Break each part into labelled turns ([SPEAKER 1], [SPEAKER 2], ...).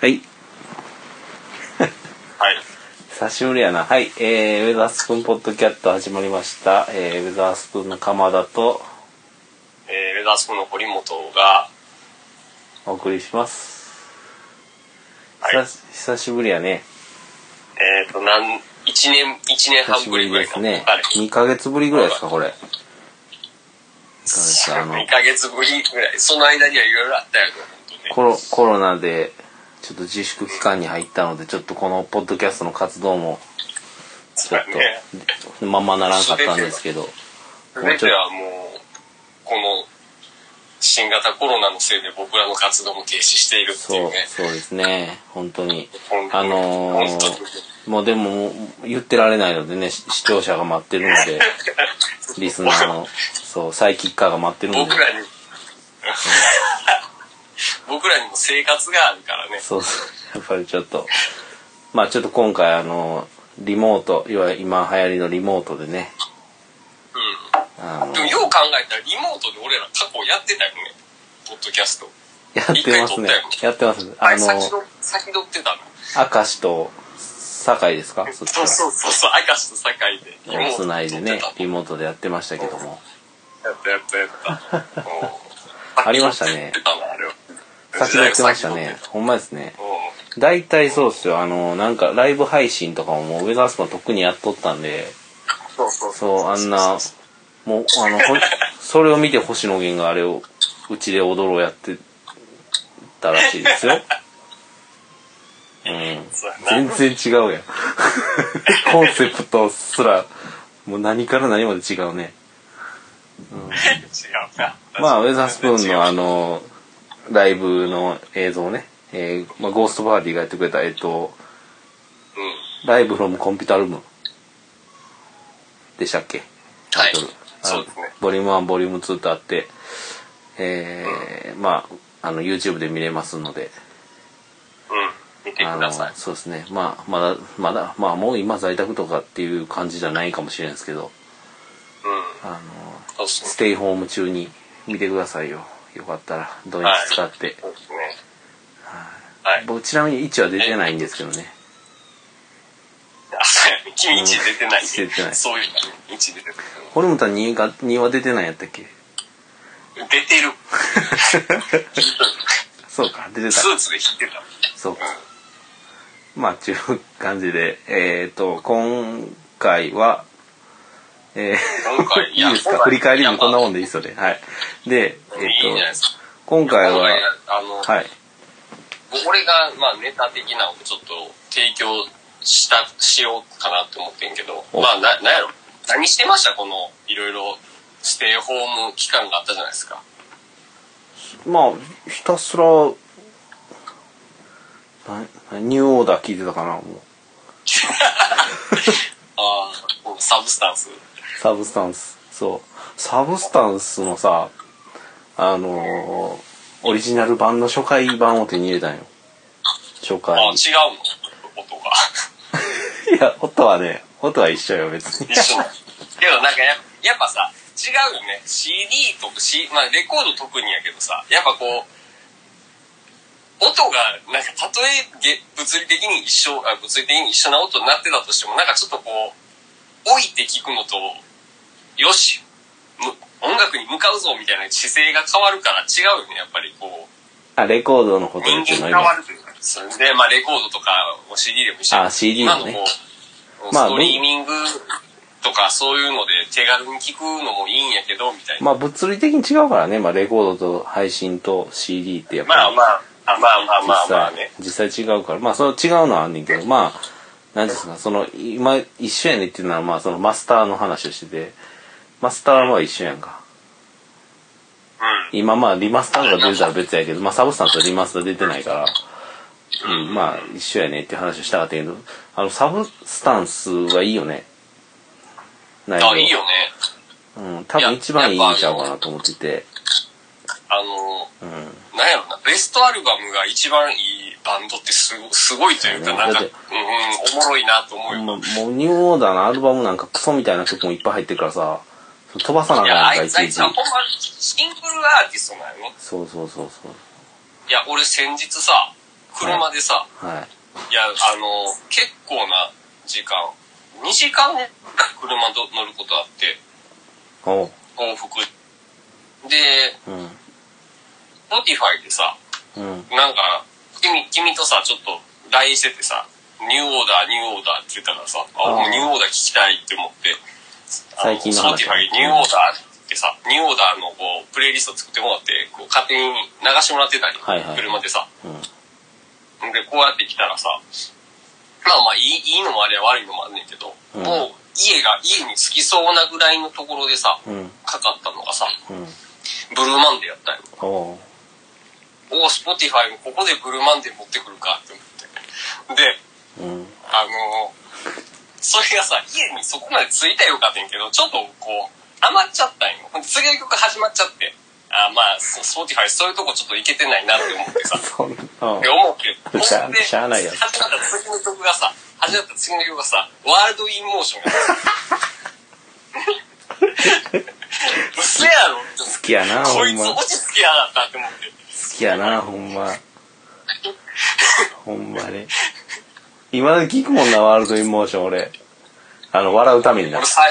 [SPEAKER 1] はい。
[SPEAKER 2] はい。
[SPEAKER 1] 久しぶりやな。はい。えー、ウェザースプーンポッドキャット始まりました。えー、ウェザースプーンの鎌田と
[SPEAKER 2] えー、ウェザースプーンの堀本が、
[SPEAKER 1] お送りします。
[SPEAKER 2] はい
[SPEAKER 1] 久し久しぶりやね。
[SPEAKER 2] えっ、と、なん、一年、一年
[SPEAKER 1] 久
[SPEAKER 2] 半
[SPEAKER 1] し
[SPEAKER 2] ぶ
[SPEAKER 1] ぶ
[SPEAKER 2] り
[SPEAKER 1] り
[SPEAKER 2] ぐら
[SPEAKER 1] で
[SPEAKER 2] いか
[SPEAKER 1] す
[SPEAKER 2] な。
[SPEAKER 1] ね
[SPEAKER 2] はい。
[SPEAKER 1] 2ヶ月ぶりぐらいですか、これ。2ヶ月、あの、
[SPEAKER 2] 2ヶ月ぶりぐらい。その間にはいろいろあったよね、
[SPEAKER 1] コ
[SPEAKER 2] 本
[SPEAKER 1] ロコロナでちょっと自粛期間に入ったのでちょっとこのポッドキャストの活動もち
[SPEAKER 2] 当
[SPEAKER 1] ょ
[SPEAKER 2] ね
[SPEAKER 1] っ。
[SPEAKER 2] そうやね。
[SPEAKER 1] とままならんかったんですけど
[SPEAKER 2] すべてはもう、この、新型コロナのせいで僕らの活動も停止しているってい
[SPEAKER 1] そう
[SPEAKER 2] うね。
[SPEAKER 1] そうですね本当に
[SPEAKER 2] 本当
[SPEAKER 1] あ
[SPEAKER 2] に
[SPEAKER 1] の
[SPEAKER 2] 本当
[SPEAKER 1] ー
[SPEAKER 2] に
[SPEAKER 1] もうでも言ってられないのでねし視聴者が待ってるの でリスナーのそうサイキッカーが待ってるので
[SPEAKER 2] 僕ら に、僕らにも生活があるからね。
[SPEAKER 1] そう そうやっぱりちょっとまあちょっと今回あのリモートいわゆる今流行りのリモートでね
[SPEAKER 2] うん。
[SPEAKER 1] あの
[SPEAKER 2] でもよう考えたらリモートで俺ら過去やってたよねポッドキャスト
[SPEAKER 1] やってますねやってます
[SPEAKER 2] あ
[SPEAKER 1] あ
[SPEAKER 2] れ
[SPEAKER 1] の
[SPEAKER 2] 先取先取ってたの
[SPEAKER 1] 明石と酒井ですかそっち
[SPEAKER 2] そうそうそうそう明石と酒井でリモー
[SPEAKER 1] つ
[SPEAKER 2] ト
[SPEAKER 1] ないでね
[SPEAKER 2] 撮って
[SPEAKER 1] リモートでやってましたけども
[SPEAKER 2] たやったやったやったうん
[SPEAKER 1] ありましたね
[SPEAKER 2] 先取ってたわあれは
[SPEAKER 1] 先取ってましたねほんまですね
[SPEAKER 2] うんう
[SPEAKER 1] 大体そうっすよあのなんかライブ配信とかももうウェザースプーン特にやっとったんで
[SPEAKER 2] んそうそう
[SPEAKER 1] そうあんなもうあのほそれを見て星野源があれをうちで踊ろうやってたらしいですようん
[SPEAKER 2] そうやな
[SPEAKER 1] 全然違うやんコンセプトすらもう何から何まで違うね
[SPEAKER 2] 違うな
[SPEAKER 1] まあ、ウェザースプーンのあ
[SPEAKER 2] の
[SPEAKER 1] の、ライブの映像ね、えーまあ、ゴーストバーディーがやってくれた、えっと、
[SPEAKER 2] うん
[SPEAKER 1] ライブフロムコンピュータルームでしたっけ
[SPEAKER 2] は
[SPEAKER 1] タイ
[SPEAKER 2] い
[SPEAKER 1] トル
[SPEAKER 2] そうですね
[SPEAKER 1] ボリューム1、ボリューム2とあって、えーまあ、あの、YouTube で見れますので、
[SPEAKER 2] うん見て
[SPEAKER 1] あ
[SPEAKER 2] く
[SPEAKER 1] の、
[SPEAKER 2] ださい
[SPEAKER 1] そうですね。まあ、まだ、まだ、まあ、もう今在宅とかっていう感じじゃないかもしれないですけど、
[SPEAKER 2] うん
[SPEAKER 1] あの、
[SPEAKER 2] そうですね
[SPEAKER 1] ステイホーム中に見てくださいよ。よかったら、土日使って。
[SPEAKER 2] そうですねはい
[SPEAKER 1] 僕ちなみに位置は出てないんですけどね
[SPEAKER 2] あそうやね 君1出てない
[SPEAKER 1] 一出てない
[SPEAKER 2] そういうの1出てない
[SPEAKER 1] ホルムタン2が2は出てないやったっけ
[SPEAKER 2] 出 てる。
[SPEAKER 1] そうか出てた
[SPEAKER 2] スーツで引いてた。
[SPEAKER 1] そうかまあちゅう 感じでえっ、ー、と今回はえ
[SPEAKER 2] 今回、
[SPEAKER 1] ー、 いいですか振り返りもこんなもんでいいっすよねはいでえっ、
[SPEAKER 2] いいんじゃないです
[SPEAKER 1] と
[SPEAKER 2] か。
[SPEAKER 1] 今回は
[SPEAKER 2] あの、
[SPEAKER 1] はい
[SPEAKER 2] 俺が、まあ、ネタ的なのをちょっと提供した、しようかなって思ってんけど、
[SPEAKER 1] お
[SPEAKER 2] まあ、な、なんやろ。何してましたこの、いろいろ、ステイホーム期間があったじゃないです か。
[SPEAKER 1] まあひたすらななニューオーダー聞いてたかなもう
[SPEAKER 2] ああ、サブスタンス。
[SPEAKER 1] サブスタンスそうサブスタンスのさあのーオリジナル版の初回版を手に入れたんよ初回
[SPEAKER 2] ああ、違うの音が。
[SPEAKER 1] いや音はね音は一緒よ別に
[SPEAKER 2] 一緒けどなんかややっぱさ違うよね CD とか、C まあ、レコード特にやけどさやっぱこう音がなんかたとえげ物理的に一緒あ物理的に一緒な音になってたとしてもなんかちょっとこう置いて聞くのとよしむ音楽に向かうぞみたいな姿勢が変わるから違うよねやっぱりこう
[SPEAKER 1] あレコードのこと
[SPEAKER 2] 人
[SPEAKER 1] です
[SPEAKER 2] 間
[SPEAKER 1] よ
[SPEAKER 2] 変わ
[SPEAKER 1] 今
[SPEAKER 2] るというかそれでまあレコードとかを CD でも一緒に
[SPEAKER 1] あ CD もね
[SPEAKER 2] 今のこう
[SPEAKER 1] まあ
[SPEAKER 2] ストリーミングとかそういうので手軽に聞くのもいいんやけどみたいな
[SPEAKER 1] まあ物理的に違うからね、まあ、レコードと配信と CD ってやっぱり
[SPEAKER 2] まあまああまあまあまあまあね
[SPEAKER 1] 実際違うからまあその違うのはあんねんけどまあ何ですかその今一緒やねんっていうのはまあそのマスターの話をしててマスターは一緒やんか
[SPEAKER 2] うん
[SPEAKER 1] 今まあリマスターが出てたら別やけどまあサブスタンスはリマスター出てないから、うん、まあ一緒やねっていう話をしたかったけどあのサブスタンスはいいよね内
[SPEAKER 2] あいいよね
[SPEAKER 1] うん、多分一番いいんちゃうかなと思ってて
[SPEAKER 2] あの
[SPEAKER 1] うん
[SPEAKER 2] なんやろなベストアルバムが一番いいバンドってすごすごいというか
[SPEAKER 1] そうね
[SPEAKER 2] なん
[SPEAKER 1] だ
[SPEAKER 2] か、うん
[SPEAKER 1] って
[SPEAKER 2] うんおもろいなと思うよ、
[SPEAKER 1] もうもうニューオーダーのアルバムなんかクソみたいな曲もいっぱい入ってるからさ飛ばさなあ
[SPEAKER 2] い
[SPEAKER 1] か
[SPEAKER 2] や
[SPEAKER 1] ん
[SPEAKER 2] あ
[SPEAKER 1] やんか
[SPEAKER 2] い
[SPEAKER 1] いち
[SPEAKER 2] つあい
[SPEAKER 1] い
[SPEAKER 2] つ
[SPEAKER 1] ち
[SPEAKER 2] はほんまシングルアーティストなんよね
[SPEAKER 1] そうそうそうそう
[SPEAKER 2] いや俺先日さ車でさ、
[SPEAKER 1] はい
[SPEAKER 2] や、あの、結構な時間、2時間ね、車ど乗ることあって、
[SPEAKER 1] い。おう。
[SPEAKER 2] 往復。で、
[SPEAKER 1] うん。
[SPEAKER 2] Spotify でさ、
[SPEAKER 1] うん。
[SPEAKER 2] なんか、君、君とさ、ちょっと LINE しててさ、ニューオーダー、ニューオーダーって言ったからさ、あ、
[SPEAKER 1] あー
[SPEAKER 2] もうニューオーダー聞きたいって思って、
[SPEAKER 1] 最近の話
[SPEAKER 2] Spotify ニューオーダーってさ、ニューオーダーのこう、プレイリスト作ってもらって、こう、勝手に流してもらってたり、
[SPEAKER 1] はいはい
[SPEAKER 2] 車でさ。
[SPEAKER 1] うん。
[SPEAKER 2] で、こうやって来たらさ、まあまあいい、いいのもあれば悪いのもあんねんけど、
[SPEAKER 1] うん
[SPEAKER 2] もう家が、家に着きそうなぐらいのところでさ、
[SPEAKER 1] うん。
[SPEAKER 2] かかったのがさ、
[SPEAKER 1] うん。
[SPEAKER 2] ブルーマンデーやったんよ。
[SPEAKER 1] おう。
[SPEAKER 2] おお、スポティファイもここでブルーマンデー持ってくるかって思って。
[SPEAKER 1] う
[SPEAKER 2] で、
[SPEAKER 1] ん。
[SPEAKER 2] あのそれがさ、家にそこまで着いたらよかったんやけど、ちょっとこう、余っちゃったんよ。ほんで次の曲始まっちゃって。あーまあ、そスポティファイそういうとこちょっといけてないなって思ってさ。
[SPEAKER 1] そんな。うん
[SPEAKER 2] って思って、ほんで
[SPEAKER 1] しゃしゃあないやろ
[SPEAKER 2] 始まった次の曲がさ、始まった次の曲がさ、ワールドインモーションやった。嘘やろって思っ
[SPEAKER 1] 好きやな、
[SPEAKER 2] て、
[SPEAKER 1] ほ
[SPEAKER 2] こい
[SPEAKER 1] ん
[SPEAKER 2] つ
[SPEAKER 1] ま。
[SPEAKER 2] 落
[SPEAKER 1] 好
[SPEAKER 2] ち着きやがったって思って。
[SPEAKER 1] きやな、ほんま。ほんまね。今まで聞くもんな、ワールドインモーション、俺。あの、笑うためにな
[SPEAKER 2] 俺。さ、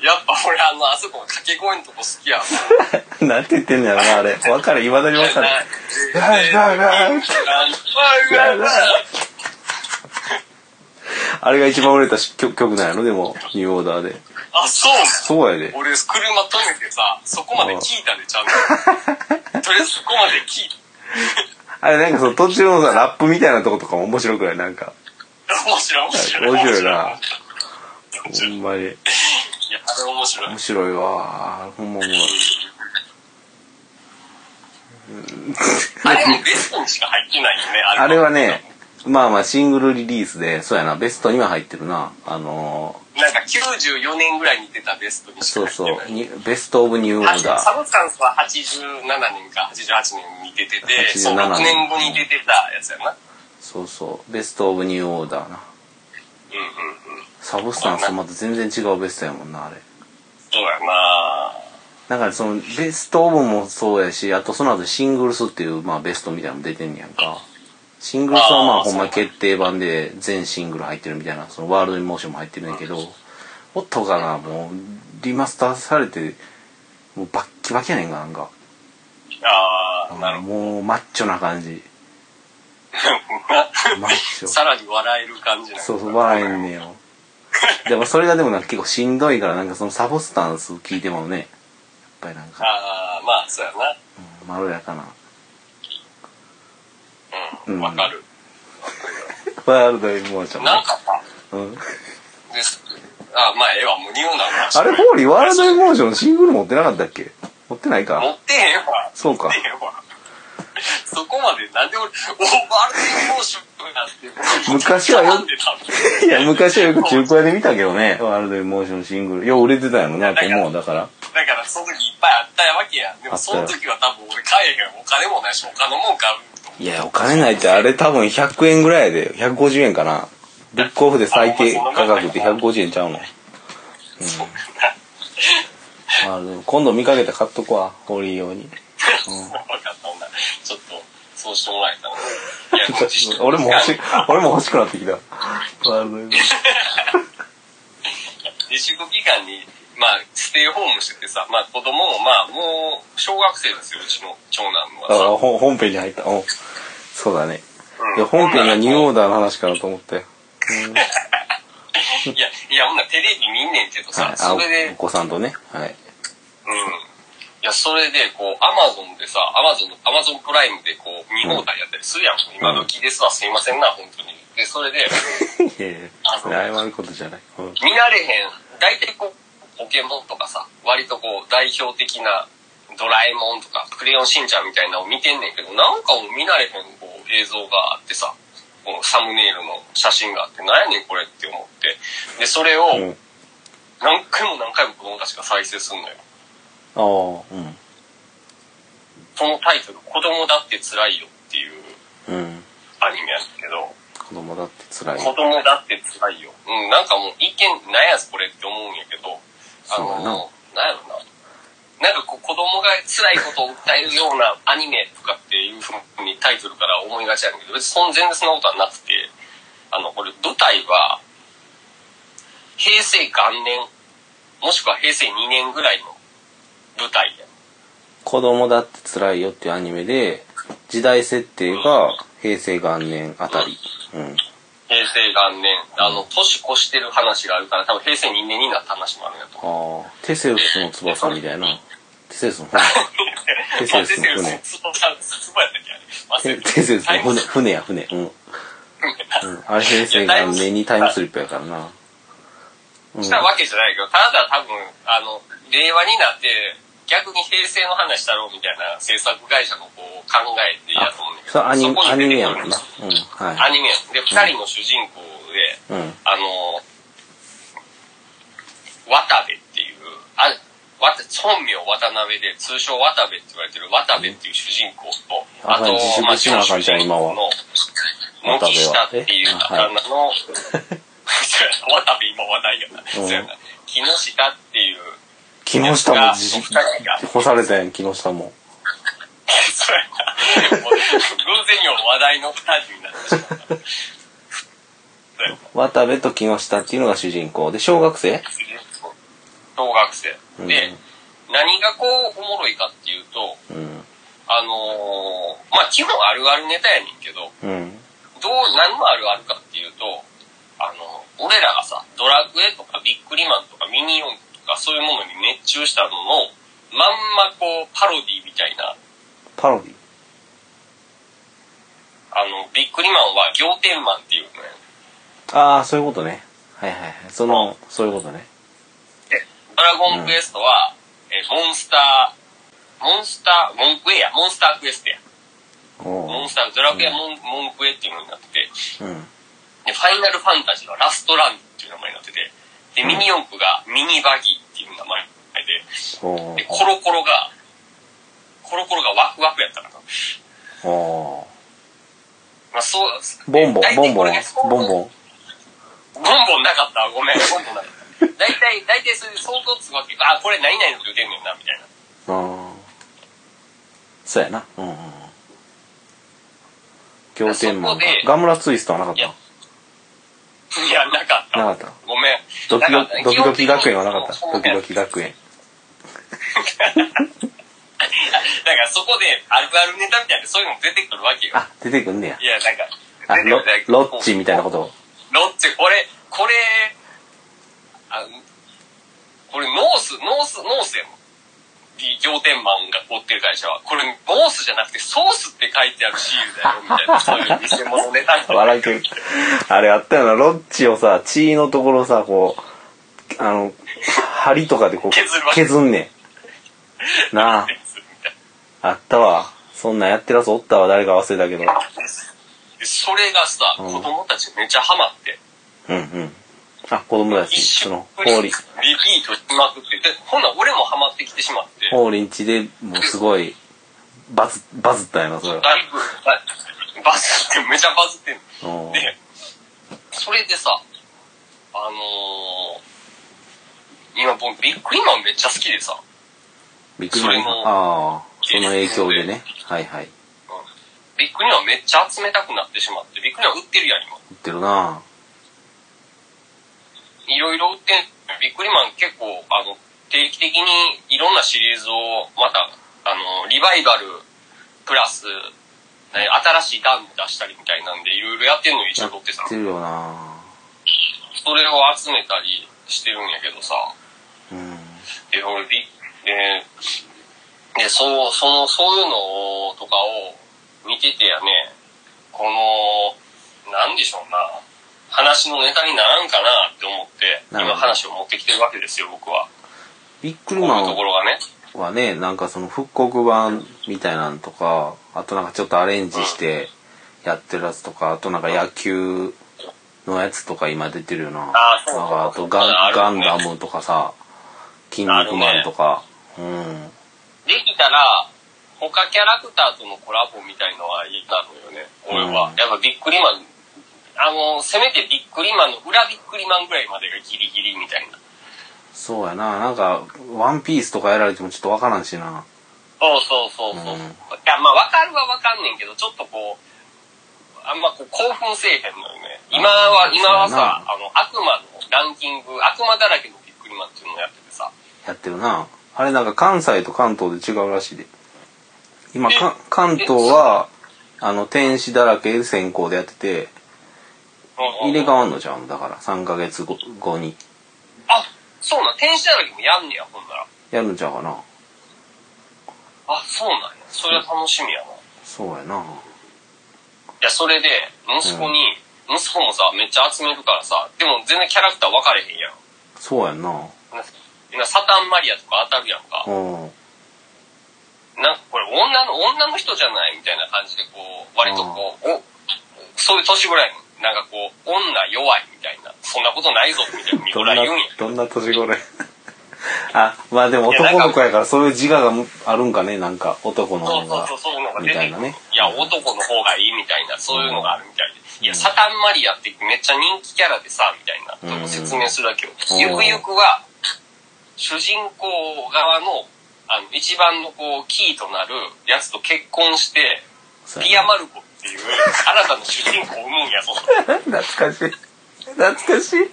[SPEAKER 2] やっぱ俺あの、あそこの掛け声のとこ好きやわ。
[SPEAKER 1] なんて言ってんのやろな、あれ。わかる、いまだにわかる。
[SPEAKER 2] はいはいはい
[SPEAKER 1] あれが一番売れたし曲曲なんやろ、でも、ニューオーダーで。
[SPEAKER 2] あ、そうな
[SPEAKER 1] そうやで
[SPEAKER 2] の。俺、車止めてさ、そこまで聞いたで、ちゃんと。とりあえずそこまで聞い
[SPEAKER 1] あれ、なんかその途中のさ、ラップみたいなとことかも面白くないなんか。
[SPEAKER 2] た。面白い、面白い。
[SPEAKER 1] 面白いな。
[SPEAKER 2] 面
[SPEAKER 1] ほ
[SPEAKER 2] 白い。
[SPEAKER 1] んまに。
[SPEAKER 2] いや、あれ面白い
[SPEAKER 1] 面。白いわ。ほんまおもろい。
[SPEAKER 2] あれもベストにしか入ってないよね、
[SPEAKER 1] あれはね、まあまあシングルリリースで、そうやな、ベストには入ってるな。あの
[SPEAKER 2] なんか94年ぐらいに出たベストに
[SPEAKER 1] ー、
[SPEAKER 2] しか
[SPEAKER 1] そ
[SPEAKER 2] 入
[SPEAKER 1] う
[SPEAKER 2] っ
[SPEAKER 1] そ、
[SPEAKER 2] てないう
[SPEAKER 1] にベストオブニューオーダ
[SPEAKER 2] サ
[SPEAKER 1] ー。
[SPEAKER 2] ブスタンスは87年か88年に出てて、
[SPEAKER 1] 87
[SPEAKER 2] その6年後に出てたやつやな。
[SPEAKER 1] そうそう、ベストオブニューオーダーな。
[SPEAKER 2] うんうんうん。
[SPEAKER 1] サブスタンスとまた全然違うベストやもんな、あれ。
[SPEAKER 2] そうやな
[SPEAKER 1] だからその、ベストオブもそうやし、あとその後シングルスっていう、まあベストみたいなのも出てんねやんか。シングルスはまあ
[SPEAKER 2] あー
[SPEAKER 1] ほん
[SPEAKER 2] そう
[SPEAKER 1] ま
[SPEAKER 2] や
[SPEAKER 1] 決定版で全シングル入ってるみたいな、そのワールドインモーションも入ってるんやけど、音がな、もう、リマスターされて、もうバッキバキやねんか、なんか。
[SPEAKER 2] あー、なるほ
[SPEAKER 1] もうマッチョな感じマッチョ
[SPEAKER 2] ど。さらに笑える感じなの
[SPEAKER 1] そうそう笑えんねよでもそれがでもなんか結構しんどいからなんかそのサボスタンス聞いてもねやっぱりなんか
[SPEAKER 2] あー、まあ、そうやな。
[SPEAKER 1] うんまろやかな
[SPEAKER 2] うん、わ、かる。
[SPEAKER 1] ワールドインモーションね
[SPEAKER 2] なんかさ、
[SPEAKER 1] うん、
[SPEAKER 2] です。あ、まあ、ええわ、もうニオな話。
[SPEAKER 1] あれホーリーワールドインモーションシングル持ってなかったっけ持ってない
[SPEAKER 2] 持
[SPEAKER 1] か
[SPEAKER 2] ってへんわ。
[SPEAKER 1] そうか
[SPEAKER 2] 持ってへんわ。そこまで、なんで俺、オーバールディモーションなんて。
[SPEAKER 1] 昔はよ
[SPEAKER 2] なんでだ
[SPEAKER 1] いや昔はよく 中古屋で見たけどねワールドインモーションシングルよう売れてたよねやっぱもうだから
[SPEAKER 2] だから、その時いっぱいあったわけやん。で
[SPEAKER 1] あ
[SPEAKER 2] も、
[SPEAKER 1] った
[SPEAKER 2] そ
[SPEAKER 1] よ
[SPEAKER 2] の時は多分俺買えへん。お金もないし、他のもん買う。
[SPEAKER 1] いやお金ないってあれ多分100円ぐらいで150円かなブックオフで最低価格で150円ちゃうの
[SPEAKER 2] そう
[SPEAKER 1] まあ、でも今度見かけたら買っとくわ、ホーリー用に。
[SPEAKER 2] わかった、ほんならちょっと、そうしてもらえた ら。いや、
[SPEAKER 1] 俺も欲し
[SPEAKER 2] い。、
[SPEAKER 1] 俺も欲しくなってきた。ワールドインモーシ
[SPEAKER 2] 自粛期間に、まあ、ステイホームしててさ、まあ、子供も、まあ、もう、小学生ですよ、うちの長男は
[SPEAKER 1] ョン
[SPEAKER 2] さ。
[SPEAKER 1] あほ本編に入った。おそうだね。いや、
[SPEAKER 2] ほん
[SPEAKER 1] 本
[SPEAKER 2] な
[SPEAKER 1] 編
[SPEAKER 2] ら
[SPEAKER 1] がニューオーダーの話かなと思ったよ。
[SPEAKER 2] いや、いや、ほんならテレビ見んねんけどさ、
[SPEAKER 1] はい、あ
[SPEAKER 2] それで
[SPEAKER 1] お、子さんとね。 はい。
[SPEAKER 2] うん。いや、それで、こう、アマゾンでさ、アマゾンの、アマゾンプライムで、こう、見放題やったりするやん。今時ですわ、すいませんな、本当に。で、それで、
[SPEAKER 1] いやいや、それ謝ることじゃない。うん
[SPEAKER 2] 見られへん、大体こう、ポケモンとかさ、割とこう、代表的な、ドラえもんとか、クレヨンしんちゃんみたいなのを見てんねんけど、なんかもう見られへん、こう、映像があってさ、こうサムネイルの写真があって、なんやねんこれって思って。で、それを、
[SPEAKER 1] うん。
[SPEAKER 2] 何回も何回も子供たちが再生すんのよ。
[SPEAKER 1] ああ、
[SPEAKER 2] そのタイトル、子供だって辛いよっていう
[SPEAKER 1] うん。うん。
[SPEAKER 2] アニメやねんけど、
[SPEAKER 1] 子供だって辛い。
[SPEAKER 2] 子供だって辛いよ。うん、なんかもう一見、なんやこれって思うんやけど、あ
[SPEAKER 1] そうやな
[SPEAKER 2] の、なんやろな。なんかこう子供が辛いことを訴えるようなアニメとかっていうふうにタイトルから思いがちなんだけど、別にそん全然そんなことはなくて、あの、これ舞台は、平成元年、もしくは平成2年ぐらいの舞台や。
[SPEAKER 1] 子供だって辛いよっていうアニメで、時代設定が平成元年あたり。うん。
[SPEAKER 2] 平成元年、あの、年越してる話があるから、多分平成2年になった話もあるんやと思う。
[SPEAKER 1] ああ、テセウスの翼みたいな。テセウスの 船。
[SPEAKER 2] テ
[SPEAKER 1] セウスの船
[SPEAKER 2] テセウスの翼翼やったっけあれ忘
[SPEAKER 1] テ
[SPEAKER 2] れ
[SPEAKER 1] テセウスの船、
[SPEAKER 2] タイム
[SPEAKER 1] 船や船。うん。
[SPEAKER 2] ス
[SPEAKER 1] うん。あれ平成元年にタイムスリップやからな。うん。
[SPEAKER 2] したわけじゃないけど、ただ多分、あの、令和になって、逆に平成の話だろうみたいな制作会社のこう考えてやと思うんだけ
[SPEAKER 1] そ
[SPEAKER 2] ど、
[SPEAKER 1] う、アニ
[SPEAKER 2] こ
[SPEAKER 1] アニメ
[SPEAKER 2] に出て
[SPEAKER 1] や
[SPEAKER 2] く
[SPEAKER 1] も
[SPEAKER 2] る
[SPEAKER 1] ん
[SPEAKER 2] ん
[SPEAKER 1] な
[SPEAKER 2] です。
[SPEAKER 1] うん。は
[SPEAKER 2] ア
[SPEAKER 1] い。
[SPEAKER 2] ニメで、二人の主人公で、
[SPEAKER 1] うん。
[SPEAKER 2] あの、渡部っていう、あわた本名渡辺で、通称渡部って言われてる渡部っていう主人公と、
[SPEAKER 1] あ
[SPEAKER 2] あと
[SPEAKER 1] 自粛、
[SPEAKER 2] まあ、
[SPEAKER 1] しなあかんじゃん今は
[SPEAKER 2] の、軒下っていう
[SPEAKER 1] 渡部
[SPEAKER 2] あ
[SPEAKER 1] は
[SPEAKER 2] の、 渡部今話題やな。そうやな。木下っていう、
[SPEAKER 1] 木下も自
[SPEAKER 2] お二人が
[SPEAKER 1] 粛、干されたやん、木下も。
[SPEAKER 2] そうやな。もう偶然にも話題の二人になってしまった。そうやな。
[SPEAKER 1] 渡部と木下っていうのが主人公で、小学生
[SPEAKER 2] 小学生。
[SPEAKER 1] うん
[SPEAKER 2] で、何がこう、おもろいかっていうと、
[SPEAKER 1] うん。
[SPEAKER 2] あのーまあ、基本あるあるネタやねんけど、
[SPEAKER 1] うん。
[SPEAKER 2] どう、何のあるあるかっていうと、あの、俺らがさ、ドラクエとかビックリマンとかミニオンとかそういうものに熱中したのの、まんまこう、パロディみたいな、
[SPEAKER 1] パロディ。
[SPEAKER 2] あの、ビックリマンは仰天マンっていうのや
[SPEAKER 1] ああ、そういうことね。はいはいはい。その、そういうことね。
[SPEAKER 2] ドラゴンクエストは、えーモンスター、モンスター、モンクエや、モンスタークエストや。モ
[SPEAKER 1] お
[SPEAKER 2] ンスター、ドラクエ
[SPEAKER 1] うん
[SPEAKER 2] モン、モンクエっていうのになってて、
[SPEAKER 1] う。うん。
[SPEAKER 2] で、ファイナルファンタジーはラストランっていう名前になってて、で、ミニ四駆がミニバギーっていう名前で、
[SPEAKER 1] お
[SPEAKER 2] で、コロコロが、コロコロがワクワクやったかな。
[SPEAKER 1] お。お
[SPEAKER 2] まあ、そう、
[SPEAKER 1] ーボンボン、
[SPEAKER 2] 大
[SPEAKER 1] ボ
[SPEAKER 2] 体
[SPEAKER 1] ンボ
[SPEAKER 2] こ
[SPEAKER 1] ン
[SPEAKER 2] れが、
[SPEAKER 1] ボンボン。
[SPEAKER 2] ボンボンなかった。ごめん、ボンボンなかった。大体、大体それで相当つくわけ。あ、これ何々のこと言うてんねんな、みたいな。
[SPEAKER 1] ああ。そうやな。うんうんうん。仰天マンか
[SPEAKER 2] そこで。
[SPEAKER 1] ガムラツイストはなかっ
[SPEAKER 2] いやいや、なかったた。
[SPEAKER 1] なかった。
[SPEAKER 2] ごめん。
[SPEAKER 1] ドキドキ、ドキドキ学園はなかっ
[SPEAKER 2] そ
[SPEAKER 1] た。ド
[SPEAKER 2] う
[SPEAKER 1] キドキ学園。
[SPEAKER 2] だからそこであるあるネタみたいなそういうの出てくるわけよ。
[SPEAKER 1] あ、出てくんねや
[SPEAKER 2] い。や、なんか、
[SPEAKER 1] あ、
[SPEAKER 2] 出て
[SPEAKER 1] ロ
[SPEAKER 2] くるだけ
[SPEAKER 1] ロッチみたいなこと。
[SPEAKER 2] ロッチ、これ、これ、あこれノース、ノース、ノースやもん。で仰天マンが追ってる会社は、これノースじゃなくてソースって書いてあるシールだよ、みたい な、そういう偽物ネタみたいな。
[SPEAKER 1] 笑いてる。あれあったよな、ロッチをさ、血のところさ、こう、あの、針とかでこう、
[SPEAKER 2] 削るわけ
[SPEAKER 1] 削んねん。なあ、あったわ。そんなんやってるやつおったわ、誰か忘れたけど。
[SPEAKER 2] でそれがさ、
[SPEAKER 1] うん
[SPEAKER 2] 子供たちめっちゃハマって、
[SPEAKER 1] うんうん。あ、子供た
[SPEAKER 2] 一
[SPEAKER 1] ち、そ
[SPEAKER 2] 瞬
[SPEAKER 1] の、
[SPEAKER 2] リ
[SPEAKER 1] 法
[SPEAKER 2] ピ
[SPEAKER 1] 輪
[SPEAKER 2] ー、トしまくって、で、ほんなら俺もハマってきてしまって、
[SPEAKER 1] 法輪地でもうすごい、バズ、バズったんやな、それは。
[SPEAKER 2] だいぶ、バズって、めちゃバズってんの。
[SPEAKER 1] うん
[SPEAKER 2] で、それでさ、あのー、今僕ビックリマンめっちゃ好きでさ、
[SPEAKER 1] びっくりした。
[SPEAKER 2] それ
[SPEAKER 1] あ
[SPEAKER 2] も
[SPEAKER 1] あ、その影響でね。はいはい。
[SPEAKER 2] ビックリマンめっちゃ集めたくなってしまって、ビックリマン売ってるやん今。
[SPEAKER 1] 言ってるな。
[SPEAKER 2] いろいろ売ってんビックリマン結構、あの、定期的にいろんなシリーズをまた、あの、リバイバルプラス、何新しいガン出したりみたいなんで、いろいろやってんの一緒に撮ってさ
[SPEAKER 1] 言っ、てるよな。
[SPEAKER 2] それを集めたりしてるんやけどさ、
[SPEAKER 1] うん。
[SPEAKER 2] で、俺、び、で、で、そう、その、そういうのをとかを見ててやね、この、なんでしょうな、話のネタにならんかなって思って、
[SPEAKER 1] なるほ
[SPEAKER 2] 今
[SPEAKER 1] ど
[SPEAKER 2] 話を持ってきてるわけですよ、僕は。
[SPEAKER 1] ビック
[SPEAKER 2] こ
[SPEAKER 1] リ
[SPEAKER 2] う
[SPEAKER 1] マ
[SPEAKER 2] いうと
[SPEAKER 1] ン
[SPEAKER 2] ころがね。
[SPEAKER 1] はね、なんかその復刻版みたいなんとか、あとなんかちょっとアレンジしてやってるやつとか、あとなんか野球のやつとか今出てるよな。
[SPEAKER 2] あーそうそう
[SPEAKER 1] なんかあと
[SPEAKER 2] あ
[SPEAKER 1] ガン
[SPEAKER 2] る
[SPEAKER 1] ガ
[SPEAKER 2] ね
[SPEAKER 1] ンダムとかさ、キン肉マンとか、うん。
[SPEAKER 2] できたら、他キャラクターとのコラボみたいのはいいなのよね、俺は
[SPEAKER 1] うん。
[SPEAKER 2] やっぱビックリマン、あの、せめてビックリマンの裏ビックリマンぐらいまでがギリギリみたいな。
[SPEAKER 1] そうやななんか「ワンピースとかやられてもちょっとわからんしな
[SPEAKER 2] そうそうそうそう。
[SPEAKER 1] うん
[SPEAKER 2] いや、まあ、わかるはわかんねんけど、ちょっとこう、あんまこう興奮せえへんのよね。今は、今はさ、あの、悪魔のランキング、悪魔だらけのビックリマンっていうのをやっててさ、
[SPEAKER 1] やってるなあれなんか関西と関東で違うらしいで今か関東はあの天使だらけ先行でやってて入れ替わんのじゃうんだから3ヶ月後後に
[SPEAKER 2] あ、そうなん、天使だらけもやんねや、ほんなら。
[SPEAKER 1] やるんちゃうかな
[SPEAKER 2] あ、そうなんや。それは楽しみやな。い
[SPEAKER 1] そうやな
[SPEAKER 2] や、それで、息子に、息子もさ、めっちゃ集めるからさ、でも全然キャラクター分かれへんやん。
[SPEAKER 1] そうやんな
[SPEAKER 2] ななサタンマリアとか当たるやんか。
[SPEAKER 1] うん
[SPEAKER 2] なんかこれ女の、女の人じゃないみたいな感じでこう、割とこう、お、そういう年ぐらいの、なんかこう、女弱いみたいな、そんなことないぞみたいな、み
[SPEAKER 1] ど
[SPEAKER 2] こ
[SPEAKER 1] んな
[SPEAKER 2] ら言うんや。
[SPEAKER 1] どんな年頃や あまあでも男の子やからそういう自我があるんかねなんか男の
[SPEAKER 2] そ
[SPEAKER 1] 方
[SPEAKER 2] うそう
[SPEAKER 1] が
[SPEAKER 2] そう、そういうのが
[SPEAKER 1] み
[SPEAKER 2] 出
[SPEAKER 1] た
[SPEAKER 2] て
[SPEAKER 1] い
[SPEAKER 2] く
[SPEAKER 1] な
[SPEAKER 2] る。
[SPEAKER 1] ね
[SPEAKER 2] いや、男の方がいいみたいな、そういうのがあるみたいで。いや、サタンマリアってめっちゃ人気キャラでさ、みたいな、
[SPEAKER 1] うん
[SPEAKER 2] 説明するわけよ。
[SPEAKER 1] ん
[SPEAKER 2] ゆくゆくは、主人公側の、あの、一番のこう、キーとなるやつと結婚して、
[SPEAKER 1] そう
[SPEAKER 2] ピ
[SPEAKER 1] や
[SPEAKER 2] アマルコっていう、新たな主人公を産むんやぞ。
[SPEAKER 1] な 懐かしい懐かしい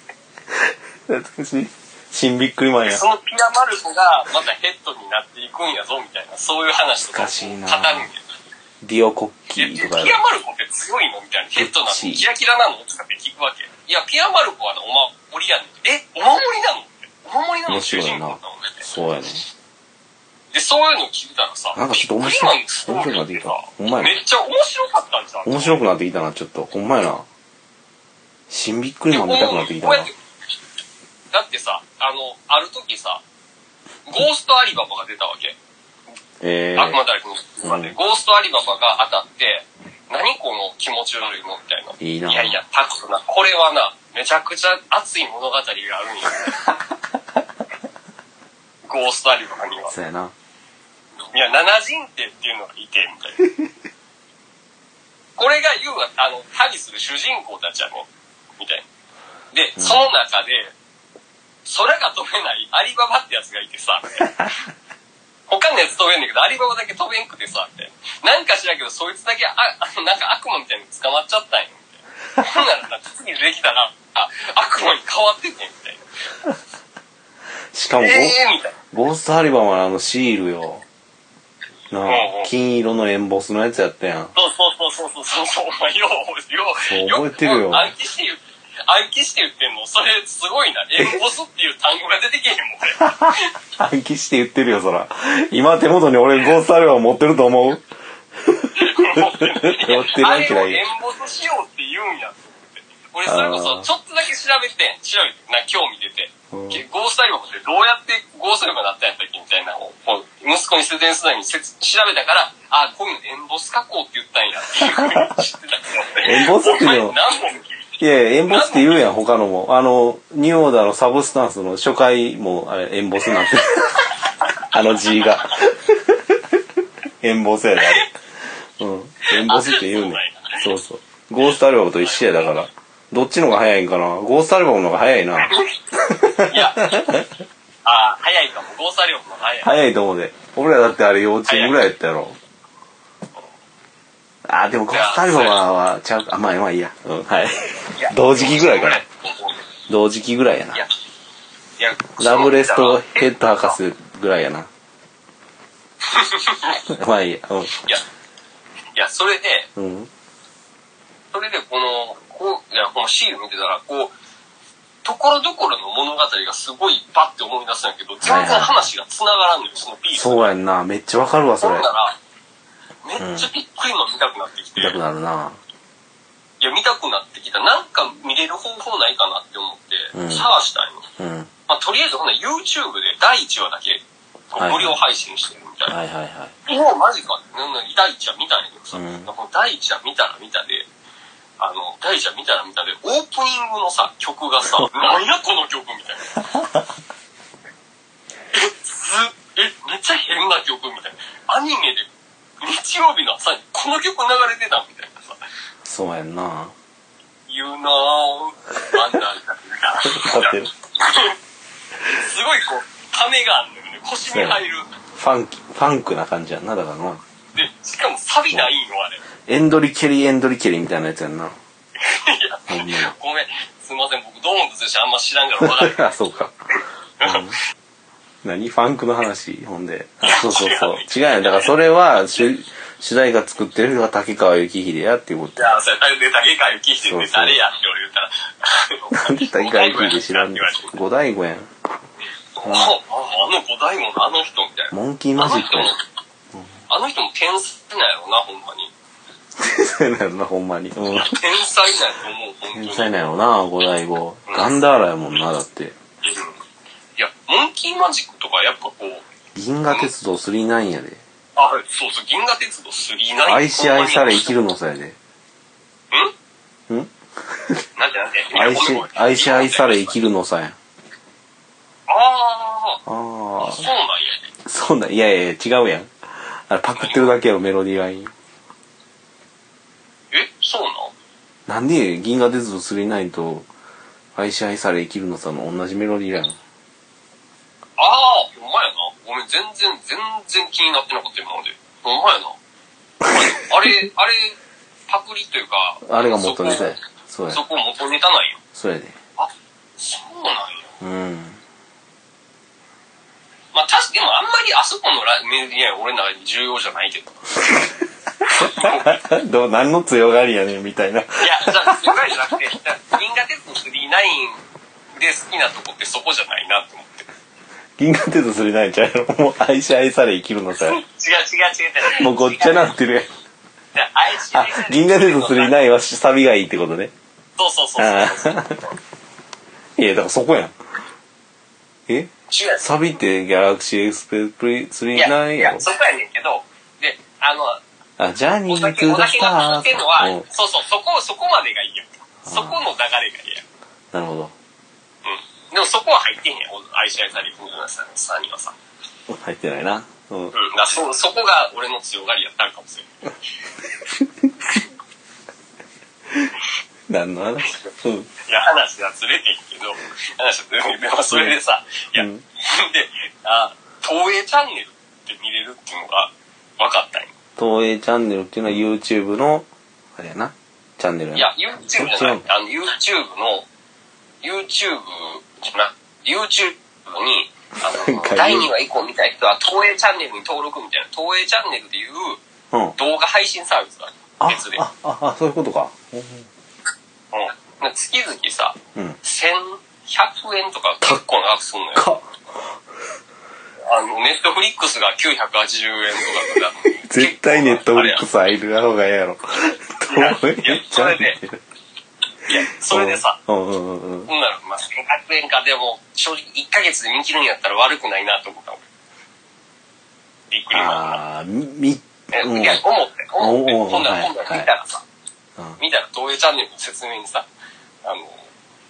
[SPEAKER 1] 懐かしい新びっくりマンや
[SPEAKER 2] そのピアマルコがまたヘッドになっていくんやぞみたいな、そういう話とか
[SPEAKER 1] おかしいな
[SPEAKER 2] 語るんや。
[SPEAKER 1] ディオコッキ
[SPEAKER 2] で
[SPEAKER 1] ー
[SPEAKER 2] ピ
[SPEAKER 1] と
[SPEAKER 2] ア
[SPEAKER 1] かや
[SPEAKER 2] マルコって強いのみたいな、ヘッドなの
[SPEAKER 1] どっち
[SPEAKER 2] キラキラなのとかって聞くわけ。いや、ピアマルコはねお守りやねん。え、お守りなのってお守りなの
[SPEAKER 1] 面白いな
[SPEAKER 2] 主人公なのね
[SPEAKER 1] そうやね
[SPEAKER 2] で、そういうの聞いたらさ、
[SPEAKER 1] なんかちょっと面白い
[SPEAKER 2] ビックリマンのストーリーってさ
[SPEAKER 1] 面白くなってきたほんまやな
[SPEAKER 2] めっちゃ面白かったんじゃん。
[SPEAKER 1] 面白くなってきたなちょっとほんまやな新びっくりマン見たくなってきた
[SPEAKER 2] こ
[SPEAKER 1] な
[SPEAKER 2] うやってだってさ、あの、ある時さ、ゴーストアリババが出たわけ。
[SPEAKER 1] え
[SPEAKER 2] 悪魔だらけの人まで、
[SPEAKER 1] うん
[SPEAKER 2] ゴーストアリババが当たって、何この気持ち悪いのみたいな。
[SPEAKER 1] いいな
[SPEAKER 2] やいや、タクトな。これはな、めちゃくちゃ熱い物語があるんや。ゴーストアリババに
[SPEAKER 1] ー、
[SPEAKER 2] は。
[SPEAKER 1] そうやない
[SPEAKER 2] や、七人帝っていうのがいて、みたいな。これが言うは、あの、旅する主人公たちやねん。みたいな。で、その中で、空が飛べないアリババってやつがいてさ、みたいな他のやつ飛べんねんけど、アリババだけ飛べんくてさ、みたいな。なんか知らんけど、そいつだけ、あ、あなんか悪魔みたいに捕まっちゃったんや、みたいな。ほんならなんか次できたら、あ、悪魔に変わっててん、みたいな。
[SPEAKER 1] しかもゴ,、
[SPEAKER 2] ええー、みたいな。
[SPEAKER 1] ゴーストアリバーはあのシールよなあ
[SPEAKER 2] うんうん
[SPEAKER 1] 金色のエンボスのやつやったやん
[SPEAKER 2] そうそうそうそうそうそう、お 前、よう、よう、
[SPEAKER 1] そう覚えてるよ
[SPEAKER 2] 暗記して言う、暗記して言ってんのそれ、すごいな。エンボスっていう単語が出てけへんもん、これ。
[SPEAKER 1] 暗記して言ってるよそら今手元に俺ゴーストアリバー持ってると思う持ってるわけ
[SPEAKER 2] あれ
[SPEAKER 1] な
[SPEAKER 2] を
[SPEAKER 1] い
[SPEAKER 2] エンボスしようって言うんやと思って。俺、それこそ、ちょっとだけ調べてん、調べて、な、興味出て。
[SPEAKER 1] うん
[SPEAKER 2] ゴーストアリバムってどうやってゴーストアリバムになったんやったっけみたいなのを、こう息子に説明するためにせつ調べたから、あ、こういうのエンボス加工って言ったんやっていうふうに知ってたけ ど。
[SPEAKER 1] エンボスっていうの
[SPEAKER 2] お前何本聞いて
[SPEAKER 1] いやいやエンボスって言うやん他のもあのニューオーダーのサブスタンスの初回もあれエンボス なんてあの G がエンボスやであれうんエンボスって言うねんそうそうゴーストアリバムと一緒やだからどっちのが早いんかなゴーストアリバムのが早いない
[SPEAKER 2] や、あー早いかも。ゴーサリオンも早い。
[SPEAKER 1] 早いと思うで俺らだってあれ幼稚園ぐらいやったやろあーでもゴーストアリバムはちゃうあまあまあいいやうんはい
[SPEAKER 2] いや
[SPEAKER 1] 同時期ぐらいかな。
[SPEAKER 2] い
[SPEAKER 1] 同時期ぐらいやな
[SPEAKER 2] や、いや、
[SPEAKER 1] ラブレスとヘッド博士ぐらいやな。まあいいや。
[SPEAKER 2] いや、 いや、それで、
[SPEAKER 1] うん。うん。
[SPEAKER 2] それでこの、こう、いや、このシール見てたら、こう、ところどころの物語がすごいパッて思い出すんやけど、全然話が繋がらんのよ、そのピース。
[SPEAKER 1] そうやんな。めっちゃわかるわ、そ
[SPEAKER 2] ほん
[SPEAKER 1] れ
[SPEAKER 2] な。ら、めっちゃびっくりマン見たくなってきて、
[SPEAKER 1] 見たくなるな。
[SPEAKER 2] いや、見たくなってきた。なんか見れる方法ないかなって思って、
[SPEAKER 1] うん
[SPEAKER 2] 探したんよ。
[SPEAKER 1] うん。はい
[SPEAKER 2] まあ、とりあえずほんなら YouTube で第1話だけこ
[SPEAKER 1] は
[SPEAKER 2] う
[SPEAKER 1] い
[SPEAKER 2] 無料配信してるみたいな。
[SPEAKER 1] はいは
[SPEAKER 2] もうマジか。なんなん第1話見たんやけどさ、
[SPEAKER 1] うん
[SPEAKER 2] この第1話見たら見たで、あの、第1話見たら見たで、オープニングのさ、曲 がさ、なんやこの曲みたいな。え、す、え、めっちゃ変な曲みたいな。アニメで日曜日の朝にこの曲流れてたみたいなさ、
[SPEAKER 1] い。そうやんな。
[SPEAKER 2] You know, ワンダーみたいな。
[SPEAKER 1] 歌ってる。
[SPEAKER 2] すすごいこう、ためがあるのよね。腰に入る。
[SPEAKER 1] ファンキ、ファンクな感じやんな、だからな。
[SPEAKER 2] で、しかもサビないんよ、あれ。
[SPEAKER 1] エンドリケリ、エンドリケリみたいなやつやんな。ほん
[SPEAKER 2] いや、ごめん。すいません、僕、ドーンズとしてあんま知らんからわ からん。
[SPEAKER 1] あ、そうか。うん何ファンクの話ほんで。あそうそうそう。違うよ。だからそれは、主主題歌作ってるのが竹川幸秀やっていうこと
[SPEAKER 2] じ。ゃあ、それ、で、竹川幸秀って誰やって俺言ったら、
[SPEAKER 1] な んで竹川幸秀知らんの
[SPEAKER 2] 言われて
[SPEAKER 1] 五大悟やん。
[SPEAKER 2] ああの五大門のあの人みたいな。
[SPEAKER 1] モンキーマジック
[SPEAKER 2] あの 人も、あの人も天才なんやろな、ほんまに。
[SPEAKER 1] やん。 天才なんやろな、ほんまに。うん。
[SPEAKER 2] 天才なんやと思う、ほん
[SPEAKER 1] 天
[SPEAKER 2] とに。
[SPEAKER 1] 才なんやろな、五大悟。ガンダーラやもんな、だって。
[SPEAKER 2] いや、モンキーマジックとかやっぱこう、
[SPEAKER 1] 銀河鉄道39やで。
[SPEAKER 2] あ、そうそう、銀河鉄道3ない
[SPEAKER 1] 愛し愛され生きるのさやで。
[SPEAKER 2] ん
[SPEAKER 1] ん
[SPEAKER 2] なんてなんて
[SPEAKER 1] 愛し、愛し愛され生き
[SPEAKER 2] る。
[SPEAKER 1] るのさやん。
[SPEAKER 2] あ
[SPEAKER 1] あ
[SPEAKER 2] あ、
[SPEAKER 1] あ
[SPEAKER 2] そう。なんや。
[SPEAKER 1] そんな、いやいや、違うやん。あれパクってるだけよ、メロディーライン。
[SPEAKER 2] え、そうな
[SPEAKER 1] なんで銀河鉄道39と愛し愛され生きるのさの同じメロディーやん。
[SPEAKER 2] んああ、ほんまやな。ごめん、全然、全然気になってなかった今まで。ほんまやな。あれ、あれ、パクリというか、
[SPEAKER 1] あれが元ネタや。そうや。
[SPEAKER 2] そこ元ネタなんや。
[SPEAKER 1] そうやで。
[SPEAKER 2] あ、そうなんや。
[SPEAKER 1] うん。
[SPEAKER 2] まあ、確かでもあんまりあそこのラメディアは俺の中に重要じゃないけど。
[SPEAKER 1] どう、何の強がりやねん、みたいな。
[SPEAKER 2] いや、じゃあ、世界じゃなくて、じゃあ銀河鉄道39で好きなとこってそこじゃないなって思って。
[SPEAKER 1] 銀河鉄道39ちゃうやろ。もう愛し愛され生きるのさや。
[SPEAKER 2] 違う違う違う違う。
[SPEAKER 1] もうごっちゃなってるやん。
[SPEAKER 2] じゃあ、愛知
[SPEAKER 1] あ、銀河鉄道
[SPEAKER 2] い。
[SPEAKER 1] 39はサビがいいってことね。
[SPEAKER 2] そうそうそう
[SPEAKER 1] あ
[SPEAKER 2] そう。
[SPEAKER 1] あ。いや、だからそこやん。え
[SPEAKER 2] 違う。
[SPEAKER 1] サビってギャラクシーエクスペプリ
[SPEAKER 2] いや、
[SPEAKER 1] 39
[SPEAKER 2] い
[SPEAKER 1] やろ
[SPEAKER 2] や、そこやねんけど、で、あの、
[SPEAKER 1] あ、ジャーニ
[SPEAKER 2] お
[SPEAKER 1] ー
[SPEAKER 2] 酒、
[SPEAKER 1] ズ
[SPEAKER 2] お
[SPEAKER 1] ザス
[SPEAKER 2] 酒
[SPEAKER 1] タ
[SPEAKER 2] が
[SPEAKER 1] ー
[SPEAKER 2] 売ってんのは、そうそう、そこ、そこまでがいいやん。そこの流れがいいや
[SPEAKER 1] な
[SPEAKER 2] ん。
[SPEAKER 1] るほ
[SPEAKER 2] うん。でもそこは入ってへんやん、愛知愛されるさんにはさ。
[SPEAKER 1] ど。入ってないな。うん
[SPEAKER 2] う。ん。だからそ、そこが俺の強がりやったんかもしれん。
[SPEAKER 1] 何の話うん。
[SPEAKER 2] いや、話がずれてんけど、話がずれてんけど、それでさ、いや、
[SPEAKER 1] うん
[SPEAKER 2] で、あ、東映チャンネルって見れるっていうのが分かったんよ。
[SPEAKER 1] 東映チャンネルっていうのは YouTube の、あれやな。チャンネルや
[SPEAKER 2] い
[SPEAKER 1] な
[SPEAKER 2] や、。YouTube じゃない、あの、YouTube の、YouTube じゃな、YouTube に、あ
[SPEAKER 1] なん
[SPEAKER 2] の
[SPEAKER 1] か言、う
[SPEAKER 2] 第2話以降みたいな人は、東映チャンネルに登録みたいな、東映チャンネルでいう
[SPEAKER 1] うん。あ、
[SPEAKER 2] 動画配信サービスがあ
[SPEAKER 1] あ
[SPEAKER 2] る別で。うん。
[SPEAKER 1] あ、あ、そういうことか。
[SPEAKER 2] なんか月々さ、
[SPEAKER 1] うん。
[SPEAKER 2] 1100円とか結構長くすんのよ。
[SPEAKER 1] か、
[SPEAKER 2] あの、ネットフリックスが980円とかだから
[SPEAKER 1] 絶対ネットフリックス入る方がええやろ。東
[SPEAKER 2] いや
[SPEAKER 1] 映チャンネル。
[SPEAKER 2] いや、それでさ、
[SPEAKER 1] うんうんうんうん。
[SPEAKER 2] ほんなら、まあ、1100円か、でも、正直1ヶ月で見切るんやったら悪くないなと思った俺びっくりな。
[SPEAKER 1] あー、み、み、
[SPEAKER 2] え
[SPEAKER 1] うん
[SPEAKER 2] いや、。思って、思って、
[SPEAKER 1] おうおう
[SPEAKER 2] ほんな
[SPEAKER 1] は
[SPEAKER 2] ら、
[SPEAKER 1] い
[SPEAKER 2] ほんなら見たらさ、
[SPEAKER 1] うん
[SPEAKER 2] 見たら、東映チャンネルの説明にさ、あの、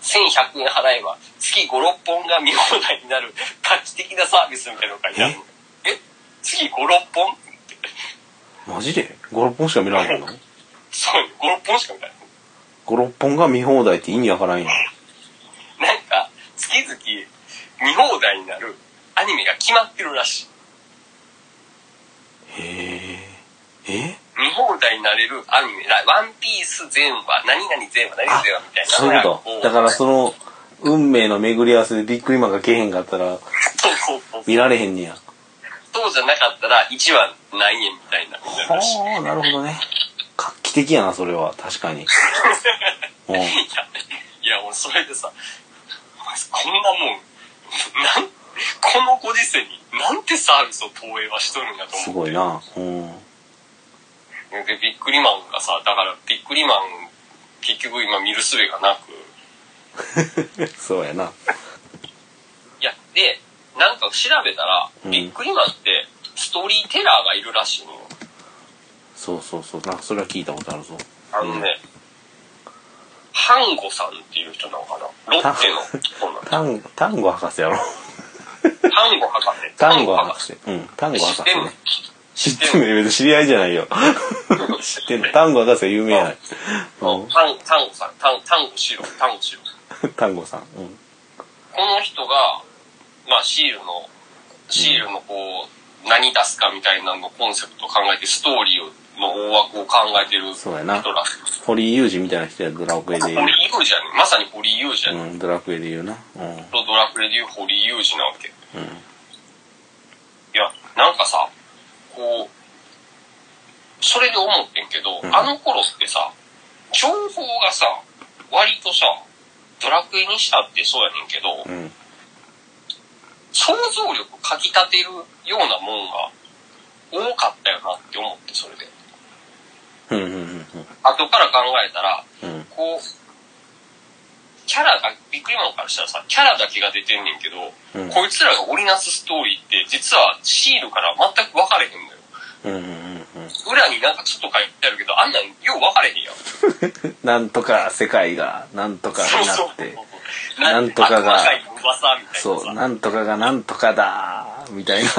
[SPEAKER 2] 1100円払えば、月5、6本が見放題になる、画期的なサービスみたいなのが書いてあるのえ月5、6本って。
[SPEAKER 1] マジで ?5、6本しか見らんの
[SPEAKER 2] そう、5、6本しか見たいない。
[SPEAKER 1] ?5、6本が見放題って意味わからんやん。
[SPEAKER 2] なんか、月々見放題になるアニメが決まってるらしい。
[SPEAKER 1] へえ。え
[SPEAKER 2] 見放題になれるアニメ、らワンピース全話、何々全話、何々全話みたいな。
[SPEAKER 1] そういうこと。だから
[SPEAKER 2] そう、
[SPEAKER 1] その、運命の巡り合わせでビックリマンがけへんかったら、
[SPEAKER 2] そうそう
[SPEAKER 1] 見られへんねや。
[SPEAKER 2] そうじゃなかったら1話何円みたいなことになるらしい。
[SPEAKER 1] はあ、なるほどね。画期的やな、それは。確か に。うん。
[SPEAKER 2] いや、いや俺それでさ、お前こんなもん、なん、このご時世になんてサービスを投影はしとるんだと
[SPEAKER 1] す
[SPEAKER 2] 思っ
[SPEAKER 1] ご
[SPEAKER 2] て
[SPEAKER 1] い。な。うん。
[SPEAKER 2] で、ビックリマンがさ、だからビックリマン、結局今見る術がなく、
[SPEAKER 1] そうやな。
[SPEAKER 2] いや、で、なんか調べたら、
[SPEAKER 1] うん
[SPEAKER 2] ビックリマンって、ストーリーテラーがいるらしいのよ。
[SPEAKER 1] そうそうそう。なんかそれは聞いたことあるぞ。
[SPEAKER 2] あのね、ハンゴさんっていう人なのかなロッテの人な
[SPEAKER 1] タン、タンゴ博士やろ。
[SPEAKER 2] の。ハンゴ博士。
[SPEAKER 1] タンゴ博士。うん。タンゴ博士ね。知ってんのよ別に知り合いじゃないよ。
[SPEAKER 2] ハンゴ博士。
[SPEAKER 1] 知ってんの。タンゴ博士は有名やない。
[SPEAKER 2] そうタンタンゴさん、タンタンゴシロ、タンゴシロ。
[SPEAKER 1] うん。タンゴさん。うん。
[SPEAKER 2] この人が、ままあシールの、シールのこう、何出すかみたいなのコンセプトを考えて、ストーリーの大枠を考えてる人
[SPEAKER 1] そう
[SPEAKER 2] ら
[SPEAKER 1] やな
[SPEAKER 2] しいです。
[SPEAKER 1] 堀井雄二みたいな人やドラクエで
[SPEAKER 2] 堀
[SPEAKER 1] 言う
[SPEAKER 2] 井雄二やねまさに堀井雄二やね、
[SPEAKER 1] うんドラクエで言うなうん
[SPEAKER 2] とドラクエでいう堀井雄二なわけ。
[SPEAKER 1] うん
[SPEAKER 2] いや、なんかさ、こう、それで思ってんけど、
[SPEAKER 1] うん
[SPEAKER 2] あの頃ってさ、情報がさ、割とさ、ドラクエにしたってそうやねんけど、
[SPEAKER 1] うん
[SPEAKER 2] 想像力かき立てるようなもんが多かったよなって思って、それで。
[SPEAKER 1] うんうんうん
[SPEAKER 2] 後から考えたら、
[SPEAKER 1] うんうん
[SPEAKER 2] こう、キャラが、ビックリマンからしたらさ、キャラだけが出てんねんけど、
[SPEAKER 1] うん
[SPEAKER 2] こいつらが織りなすストーリーって、実はシールから全く分かれへんのよ。
[SPEAKER 1] うんうんうん
[SPEAKER 2] 裏になんかちょっと書いてあるけど、あんなんよう分かれへんや
[SPEAKER 1] う
[SPEAKER 2] ん。
[SPEAKER 1] んなんとか世界がなんとかになって
[SPEAKER 2] う
[SPEAKER 1] なんとかが
[SPEAKER 2] 赤い噂みたいなさ。
[SPEAKER 1] そうなんとかがなんとかだーみたいな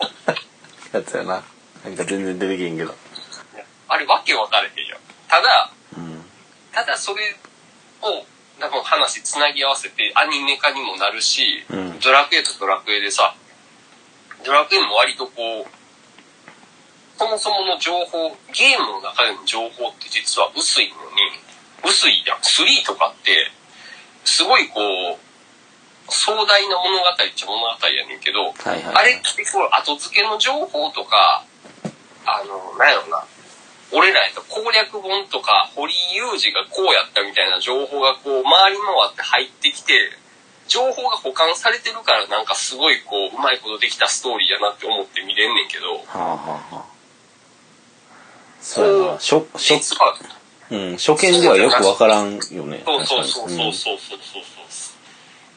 [SPEAKER 1] やつやななんか全然出てけへんけど
[SPEAKER 2] あれ、わけ分かれへんやん。ただ、
[SPEAKER 1] うん
[SPEAKER 2] ただそれを、多分話つなぎ合わせてアニメ化にもなるし、
[SPEAKER 1] うん
[SPEAKER 2] ドラクエとドラクエでさ、ドラクエも割とこう、そもそもの情報、ゲームの中での情報って実は薄いのに、薄いやん。3とかって、すごいこう、壮大な物語っちゃ物語やねんけど、
[SPEAKER 1] はいはいはい
[SPEAKER 2] あれってこう後付けの情報とか、あの、なんやろな、俺らやったら攻略本とか、堀井雄二がこうやったみたいな情報がこう、回り回って入ってきて、情報が保管されてるからなんかすごいこう、うまいことできたストーリーやなって思って見れんねんけど、
[SPEAKER 1] はあはあはあそうやなしょしょ
[SPEAKER 2] 実は、
[SPEAKER 1] うん、初見ではよくわからんよね。
[SPEAKER 2] そうそうそう
[SPEAKER 1] 確か
[SPEAKER 2] そ
[SPEAKER 1] に
[SPEAKER 2] うそうそうそうそう。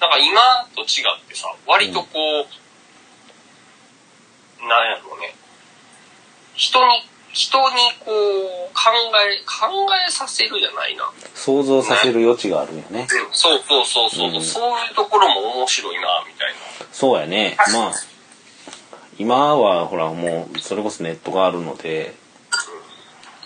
[SPEAKER 2] だから今と違ってさ、割とこう、なんやろうね。人に、人にこう、考え、考えさせるじゃないな。
[SPEAKER 1] うん想像させる余地があるよね。
[SPEAKER 2] そうそうそうそう、
[SPEAKER 1] うん
[SPEAKER 2] そういうところも面白いな、みたいな。
[SPEAKER 1] そうやね。まあ、今はほらもう、それこそネットがあるので、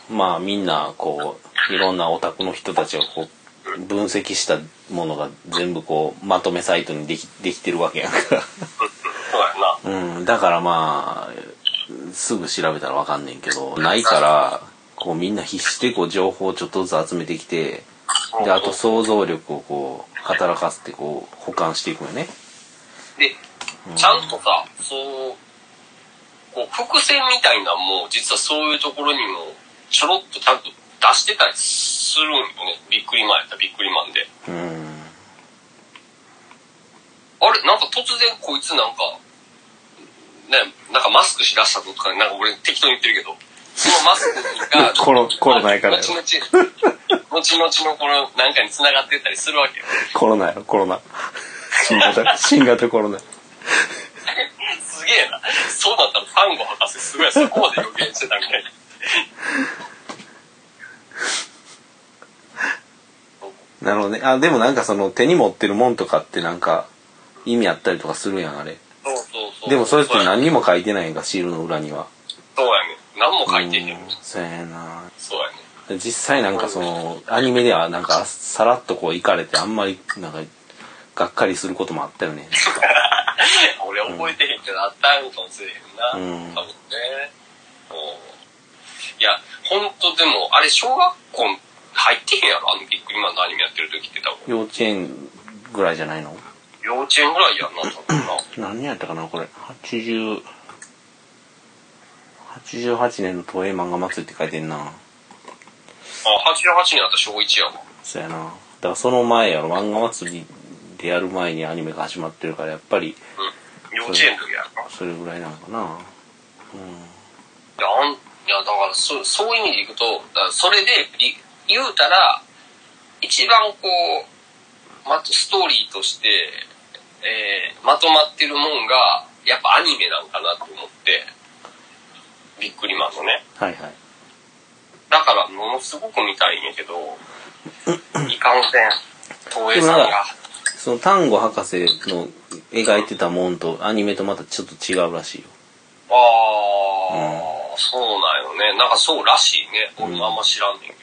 [SPEAKER 1] まあみんなこう、いろんなオタクの人たちがこう、分析したものが全部こう、まとめサイトにでき、できてるわけやから。
[SPEAKER 2] そうやな。
[SPEAKER 1] うん、だからまあ、すぐ調べたらわかんねんけど、ないから、こうみんな必死でこう情報をちょっとずつ集めてきて、で、あと想像力をこう、働かせてこう、保管していくよね。
[SPEAKER 2] で、ちゃんとさ、そう、こう伏線みたいなのも、実はそういうところにも、ちょろっとちゃんと出してたりするんよね。びっくりマンやったらびっくりマンで。
[SPEAKER 1] うん。、
[SPEAKER 2] あれなんか突然こいつなんか、ね、なんかマスクしだしたぞとか、なんか俺適当に言ってるけど、そのマスクが
[SPEAKER 1] コロコロナやからや
[SPEAKER 2] 後
[SPEAKER 1] ろ
[SPEAKER 2] 々、後々のこのなんかに繋がってたりするわけよ。
[SPEAKER 1] コロナやろ、コロナ。新型、新型コロナ。
[SPEAKER 2] すげえな。そうだったらサンゴ博士すごいそこまで予言してたみたいな。
[SPEAKER 1] なるほどね。あ、でもなんかその手に持ってるもんとかってなんか、意味あったりとかするやん、あれ。
[SPEAKER 2] そうそうそう。
[SPEAKER 1] でもそれって
[SPEAKER 2] そうや
[SPEAKER 1] 何にも書いてないんか、シールの裏には。
[SPEAKER 2] そうやね。何も書いてへん
[SPEAKER 1] う。そうやな。
[SPEAKER 2] そうやね。
[SPEAKER 1] 実際なんかそのアニメではなんかさらっとこう行かれてあんまりなんかがっかりすることもあったよね
[SPEAKER 2] 俺覚えてへんって なったんかもしれへんな。
[SPEAKER 1] うん
[SPEAKER 2] 多分ね。うんいや、ほんとでも、あれ小学校入ってへんやろあのビックリマンのアニメやってる時って多分。
[SPEAKER 1] 幼稚園ぐらいじゃないの
[SPEAKER 2] 幼稚園ぐらいやんな、多分 な。
[SPEAKER 1] 何年やったかなこれ80 88年の東映漫画祭って書いてんな
[SPEAKER 2] あ、88年だったら小1やわ。
[SPEAKER 1] そうやなだからその前やろ漫画祭りでやる前にアニメが始まってるからやっぱり
[SPEAKER 2] うん。幼稚園の時やから。
[SPEAKER 1] それぐらいなのかな
[SPEAKER 2] いや、あんいやだからそう、そういう意味でいくと、だからそれでい言うたら、一番こう、ま、ストーリーとして、えーまとまってるもんが、やっぱアニメなんかなと思って、ビックリマンのね。
[SPEAKER 1] はいはい
[SPEAKER 2] だから、ものすごく見たいんやけど、いかんせん、東
[SPEAKER 1] で
[SPEAKER 2] 映さん
[SPEAKER 1] もなん
[SPEAKER 2] が
[SPEAKER 1] か。その丹後博士の描いてたもんとアニメとまたちょっと違うらしいよ
[SPEAKER 2] ああ、そうなんよね。なんかそうらしいね。俺もあんま知らんねんけ